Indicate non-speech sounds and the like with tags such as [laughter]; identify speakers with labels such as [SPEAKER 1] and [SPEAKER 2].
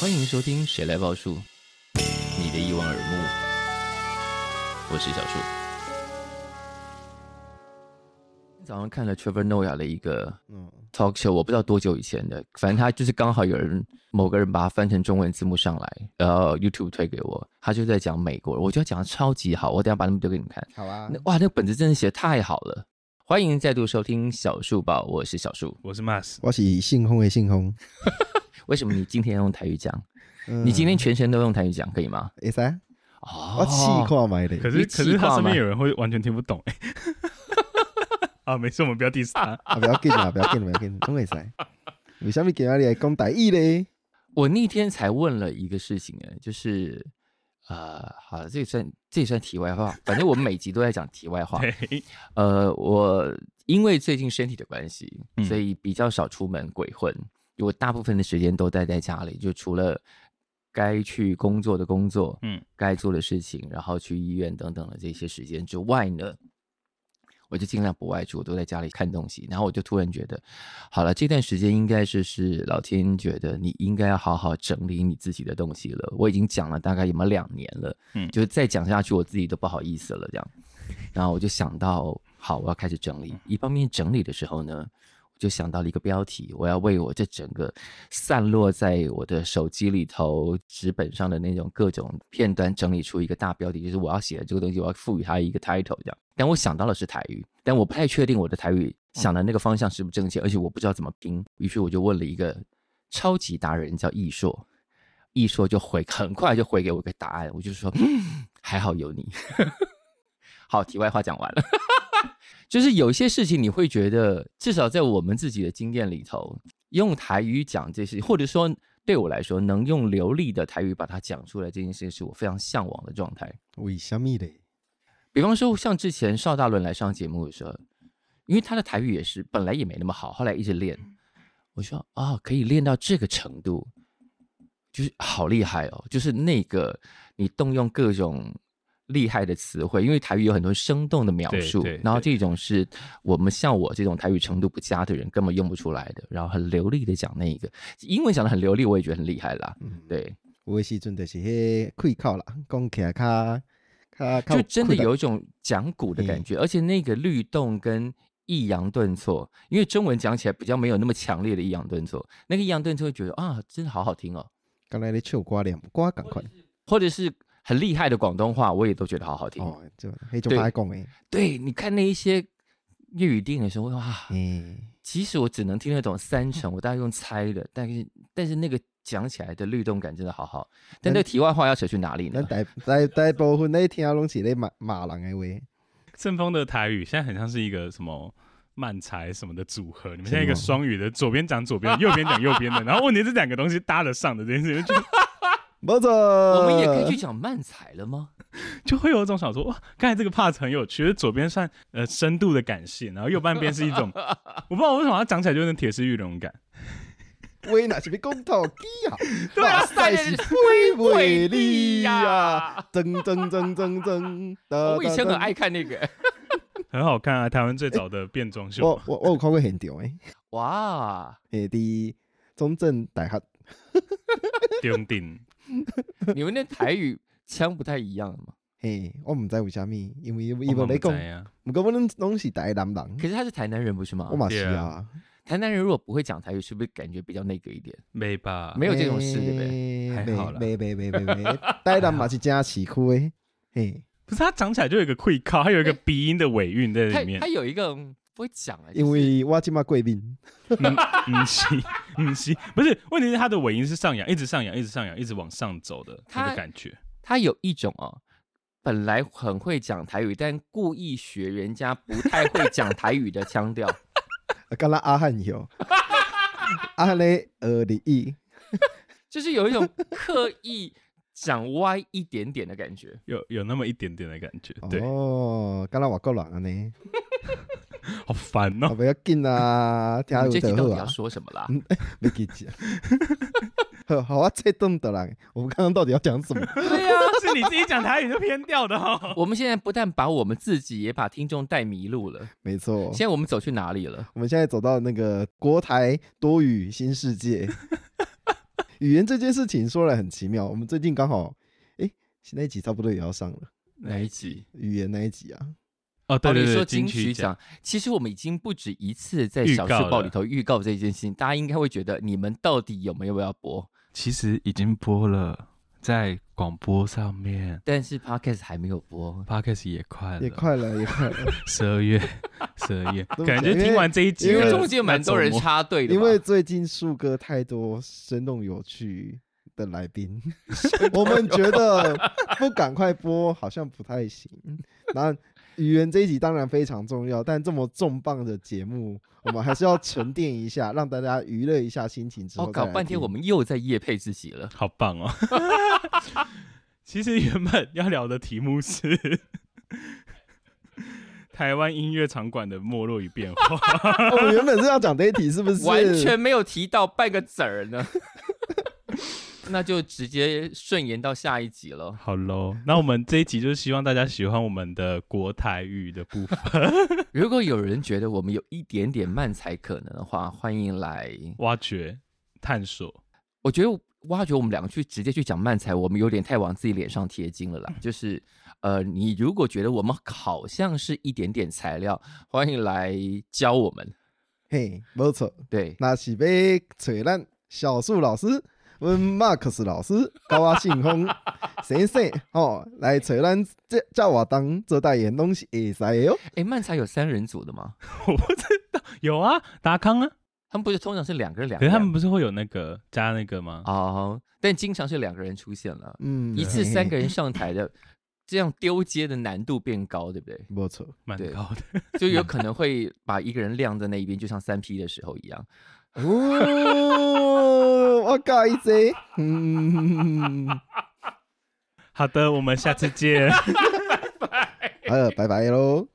[SPEAKER 1] 欢迎收听《谁来报数》，你的一望而目，我是小树。早上看了 Trevor Noah 的一个 talk show，我不知道多久以前的，反正他就是刚好有人某个人把它翻成中文字幕上来，然后 YouTube 推给我，他就在讲美国，我觉得讲的超级好，我等一下把他们丢给你们看。
[SPEAKER 2] 好啊
[SPEAKER 1] 那，哇，那个本子真的写得太好了！欢迎再度收听小树报，我是小树。
[SPEAKER 3] 我是 Mas，
[SPEAKER 2] 我是性空的性空。
[SPEAKER 1] 为什么你今天要用台语讲？你今天全程都用台语讲可以吗？
[SPEAKER 2] 嗯会使？
[SPEAKER 1] 哦，
[SPEAKER 2] 我试看买的。
[SPEAKER 3] 可
[SPEAKER 1] 你
[SPEAKER 3] 是
[SPEAKER 1] 气
[SPEAKER 3] 可是
[SPEAKER 1] 话
[SPEAKER 3] 他身
[SPEAKER 1] 吗
[SPEAKER 3] 边有人会完全听不懂 [laughs] 哎、啊，没事，我们不要 diss [laughs] 他。
[SPEAKER 2] 啊，不要紧啦，不要紧，不要紧， [laughs] 拢会使。为什么今仔日来讲大意咧？
[SPEAKER 1] 我那天才问了一个事情，哎，就是，呃，好了，这也算这也算题外话，反正我们每集都在讲题外话。
[SPEAKER 3] 对，
[SPEAKER 1] 呃，我因为最近身体的关系，
[SPEAKER 3] 嗯
[SPEAKER 1] 所以比较少出门鬼混，我大部分的时间都待在家里，就除了该去工作的工作，
[SPEAKER 3] 嗯，
[SPEAKER 1] 该做的事情，然后去医院等等的这些时间之外呢，我就尽量不外出，我都在家里看东西。然后我就突然觉得，好了，这段时间应该是是老天觉得你应该要好好整理你自己的东西了。我已经讲了大概有没有两年了，
[SPEAKER 3] 嗯
[SPEAKER 1] 就是再讲下去我自己都不好意思了这样。然后我就想到，好，我要开始整理。一方面整理的时候呢，我就想到了一个标题，我要为我这整个散落在我的手机里头、纸本上的那种各种片段整理出一个大标题，就是我要写的这个东西，我要赋予它一个 title 这样。但我想到的是台语，但我不太确定我的台语想的那个方向是不是正确，而且我不知道怎么拼，于是我就问了一个超级达人，叫易硕。易硕就回，很快就回给我一个答案，我就说，嗯还好有你。好，题外话讲完了。 [laughs] 就是有些事情你会觉得，至少在我们自己的经验里头，用台语讲这些，或者说对我来说，能用流利的台语把它讲出来这件事，是我非常向往的状态。
[SPEAKER 2] 为什么咧？
[SPEAKER 1] 比方说，像之前邵大伦来上节目的时候，因为他的台语也是本来也没那么好，后来一直练，
[SPEAKER 3] 嗯
[SPEAKER 1] 我说啊、可以练到这个程度，就是好厉害哦！就是那个你动用各种厉害的词汇，因为台语有很多生动的描
[SPEAKER 3] 对
[SPEAKER 1] 述
[SPEAKER 3] 对，
[SPEAKER 1] 然后
[SPEAKER 3] 对
[SPEAKER 1] 这种是我们像我这种台语程度不佳的人根本用不出来的，然后很流利的讲那一个英文讲的很流利，我也觉得很厉害啦。
[SPEAKER 2] 嗯，
[SPEAKER 1] 对，
[SPEAKER 2] 有的时阵就是迄开口啦，讲起来较较较
[SPEAKER 1] 就真的
[SPEAKER 2] 气
[SPEAKER 1] 有一种讲古的感觉，而且那个律动跟抑扬顿挫，因为中文讲起来比较没有那么强烈的抑扬顿挫，那个抑扬顿挫会觉得啊，真的好好听哦，
[SPEAKER 2] 敢若咧唱歌念歌共款。
[SPEAKER 1] 或者是很厉害的广东话，我也都觉得好好听。
[SPEAKER 2] 哦，就迄种歹讲诶。
[SPEAKER 1] 对，你看那一些粤语电影的时候，哇，
[SPEAKER 2] 诶，
[SPEAKER 1] 其实我只能听得懂三成，我大概用猜的，但是但是那个讲起来的律动感真的好好。但
[SPEAKER 2] 那
[SPEAKER 1] 这个题外话要扯去哪里呢
[SPEAKER 2] 咱？大大大部分咧听拢是咧骂骂人诶话。
[SPEAKER 3] 顺丰的台语现在很像是一个什么漫才什么的组合，你们现在一
[SPEAKER 2] 什么
[SPEAKER 3] 个双语的，左边讲左 [laughs] 边的，右边讲右边的，然后问题是两个东西搭得上的这件事情，就
[SPEAKER 2] 没错，
[SPEAKER 1] 我
[SPEAKER 2] 我
[SPEAKER 1] 们也可以去讲慢才了吗？
[SPEAKER 3] 就会有一种想说，哇，刚才这个 part 很有趣，就是左边算呃深度的感谢，然后右半边是一 [laughs] 种，我不知道为什么它讲起来就那铁丝玉龙感，
[SPEAKER 2] 喂，那是要讲投机
[SPEAKER 1] [laughs]
[SPEAKER 2] 啊！
[SPEAKER 3] 对啊
[SPEAKER 2] 哇塞，是非为利
[SPEAKER 1] 啊
[SPEAKER 2] 呀！
[SPEAKER 1] [laughs]
[SPEAKER 2] 呃争争争争争！
[SPEAKER 1] 我以前很爱看那个。
[SPEAKER 3] 很好看啊，台湾最早的变装秀
[SPEAKER 2] 我，我我有看过现场诶，
[SPEAKER 1] 哇，
[SPEAKER 2] 诶，伫中正大学，
[SPEAKER 3] 顶顶，
[SPEAKER 1] 你们那台语腔不太一样嘛？
[SPEAKER 2] 嘿，我毋知为虾米，因为伊
[SPEAKER 3] 我
[SPEAKER 2] 无咧
[SPEAKER 3] 嘛不知
[SPEAKER 2] 讲，
[SPEAKER 3] 啊，
[SPEAKER 2] 毋过阮拢是台南人，
[SPEAKER 1] 可是他是台南人不是吗
[SPEAKER 2] 我？嘛是
[SPEAKER 3] 对
[SPEAKER 2] 啊，
[SPEAKER 1] 台南人如果不会讲台语，是不是感觉比较那个一点？
[SPEAKER 3] 没吧？
[SPEAKER 1] 没有这种事对不对
[SPEAKER 2] 对
[SPEAKER 3] 还好啦
[SPEAKER 2] 袂袂袂袂袂， [laughs] 台南嘛是真市区诶，嘿，
[SPEAKER 3] 不是，它讲起来就有一个会靠，还有一个鼻音的尾韵在
[SPEAKER 1] 他
[SPEAKER 3] 里面
[SPEAKER 1] 他。有一个嗯不会讲啊，就是
[SPEAKER 2] 因为我即马过敏，
[SPEAKER 3] 嗯是， [laughs] 嗯是，不是？问题是它的尾音是上扬，一直上扬，一直上扬，一直往上走的
[SPEAKER 1] 它
[SPEAKER 3] 那个感觉。
[SPEAKER 1] 他有一种哦，本来很会讲台语，但故意学人家不太会讲台语的腔调。
[SPEAKER 2] 敢若阿汉
[SPEAKER 1] [laughs]
[SPEAKER 2] 有，阿汉咧学日语，
[SPEAKER 1] 就是有一种刻意讲歪一点点的感觉。
[SPEAKER 3] 有有那么一点点的感觉，对，
[SPEAKER 2] 哦，敢若外国人安尼。
[SPEAKER 1] [laughs]
[SPEAKER 3] 好烦哦、
[SPEAKER 2] 啊，不要紧啊，听
[SPEAKER 1] 我
[SPEAKER 2] 有
[SPEAKER 1] 们这集到
[SPEAKER 2] 就 [laughs]
[SPEAKER 1] 底
[SPEAKER 2] 好
[SPEAKER 1] 要
[SPEAKER 2] 啊，
[SPEAKER 1] 说什么啦？
[SPEAKER 2] 嗯没记住。 [laughs] 好啊，这邓德兰，我们刚刚到底要讲什么？
[SPEAKER 3] 对呀、是你自己讲台语就偏掉的哦。
[SPEAKER 1] 我们现在不但把我们自己也把听众带迷路了。
[SPEAKER 2] 没错
[SPEAKER 1] 现，在我们走去哪里了？
[SPEAKER 2] 我们现在走到那个国台多语新世界。 [laughs] 语言这件事情说来很奇妙，我们最近刚好，哎、那一集差不多也要上了，
[SPEAKER 1] 哪一集？
[SPEAKER 2] 语言那一集啊，
[SPEAKER 3] 哦，对对
[SPEAKER 1] 哦，你
[SPEAKER 3] 对，
[SPEAKER 1] 说
[SPEAKER 3] 金
[SPEAKER 1] 金曲
[SPEAKER 3] 奖
[SPEAKER 1] 奖，其实我们已经不止一次在
[SPEAKER 3] 预
[SPEAKER 1] 小
[SPEAKER 3] 告
[SPEAKER 1] 事报
[SPEAKER 3] 了
[SPEAKER 1] 里头预告这件事情，大家应该会觉得你们到底有没有要播？
[SPEAKER 3] 其实已经播了，在广播上面
[SPEAKER 1] 但是 podcast 还没有
[SPEAKER 3] [laughs]
[SPEAKER 1] 播，
[SPEAKER 3] ，Podcast 也快了，
[SPEAKER 2] 也快了，也快了，
[SPEAKER 3] [laughs] 十二月，十二
[SPEAKER 1] [laughs]
[SPEAKER 3] 月，
[SPEAKER 2] 么
[SPEAKER 3] 感觉
[SPEAKER 2] 讲因为
[SPEAKER 3] 听完这一集
[SPEAKER 2] 因
[SPEAKER 1] 因
[SPEAKER 2] 为
[SPEAKER 1] 为
[SPEAKER 3] 了，
[SPEAKER 1] 中间蛮多人
[SPEAKER 3] 要走
[SPEAKER 1] 插队的
[SPEAKER 2] 因
[SPEAKER 1] 嘛，
[SPEAKER 2] 为最近树哥太多生动有趣的来宾，我们觉得不赶快播好像不太行。那语言这一集当然非常重要，但这么重磅的节目，我们还是要沉淀一下，让大家娱乐一下心情之后
[SPEAKER 1] 哦，
[SPEAKER 2] 再来听。
[SPEAKER 1] 搞半天我们又在夜配自己了。
[SPEAKER 3] 好棒哦。 [laughs] 其实原本要聊的题目 [laughs] 是台湾音乐场馆的没落与变化。
[SPEAKER 2] 哦我们原本是要讲这一题，是不是？
[SPEAKER 1] [laughs] 完全没有提到半个子儿呢。 [laughs] 那就直接顺延到下一集了。
[SPEAKER 3] [laughs] 好喽，那我们这一集就是希望大家喜欢我们的国台语的 [laughs] 部分。
[SPEAKER 1] 如果有人觉得我们有一点点慢才可能的话，欢迎来。
[SPEAKER 3] 挖掘、探索。
[SPEAKER 1] 我觉得挖掘我们两个去直接去讲慢才，我们有点太往自己脸上贴金了啦。就是呃，你如果觉得我们好像是一点点材料，欢迎来教我们。
[SPEAKER 2] 嘿，没错，
[SPEAKER 1] 对，
[SPEAKER 2] 那是被锤烂小树老师。问马克思老师、高啊信
[SPEAKER 1] [laughs]
[SPEAKER 2] 风先生，哦，来找咱这叫我当做代言东西会使的哦。
[SPEAKER 1] 哎，慢才有三人组的吗？
[SPEAKER 3] 我不知道，有啊，达康啊，
[SPEAKER 1] 他们不是通常是两个人两
[SPEAKER 3] 可
[SPEAKER 1] 个
[SPEAKER 3] 是
[SPEAKER 1] 人？
[SPEAKER 3] 他们不是会有那个加那个吗？
[SPEAKER 1] 哦，但经常是两个人出现了。
[SPEAKER 2] 嗯，
[SPEAKER 1] 一次
[SPEAKER 2] 嘿
[SPEAKER 1] 三个，人上台的，这样丢接的难度变高，对不对？
[SPEAKER 2] 没错，
[SPEAKER 3] 蛮
[SPEAKER 1] 对
[SPEAKER 3] 高的。
[SPEAKER 1] 就有可能会把一个人晾在那一边，就像三 P 的时候一样。
[SPEAKER 2] [laughs] 哦，我搞一只，嗯，
[SPEAKER 3] [laughs] 好的，我们下次见。
[SPEAKER 2] 好，拜拜喽。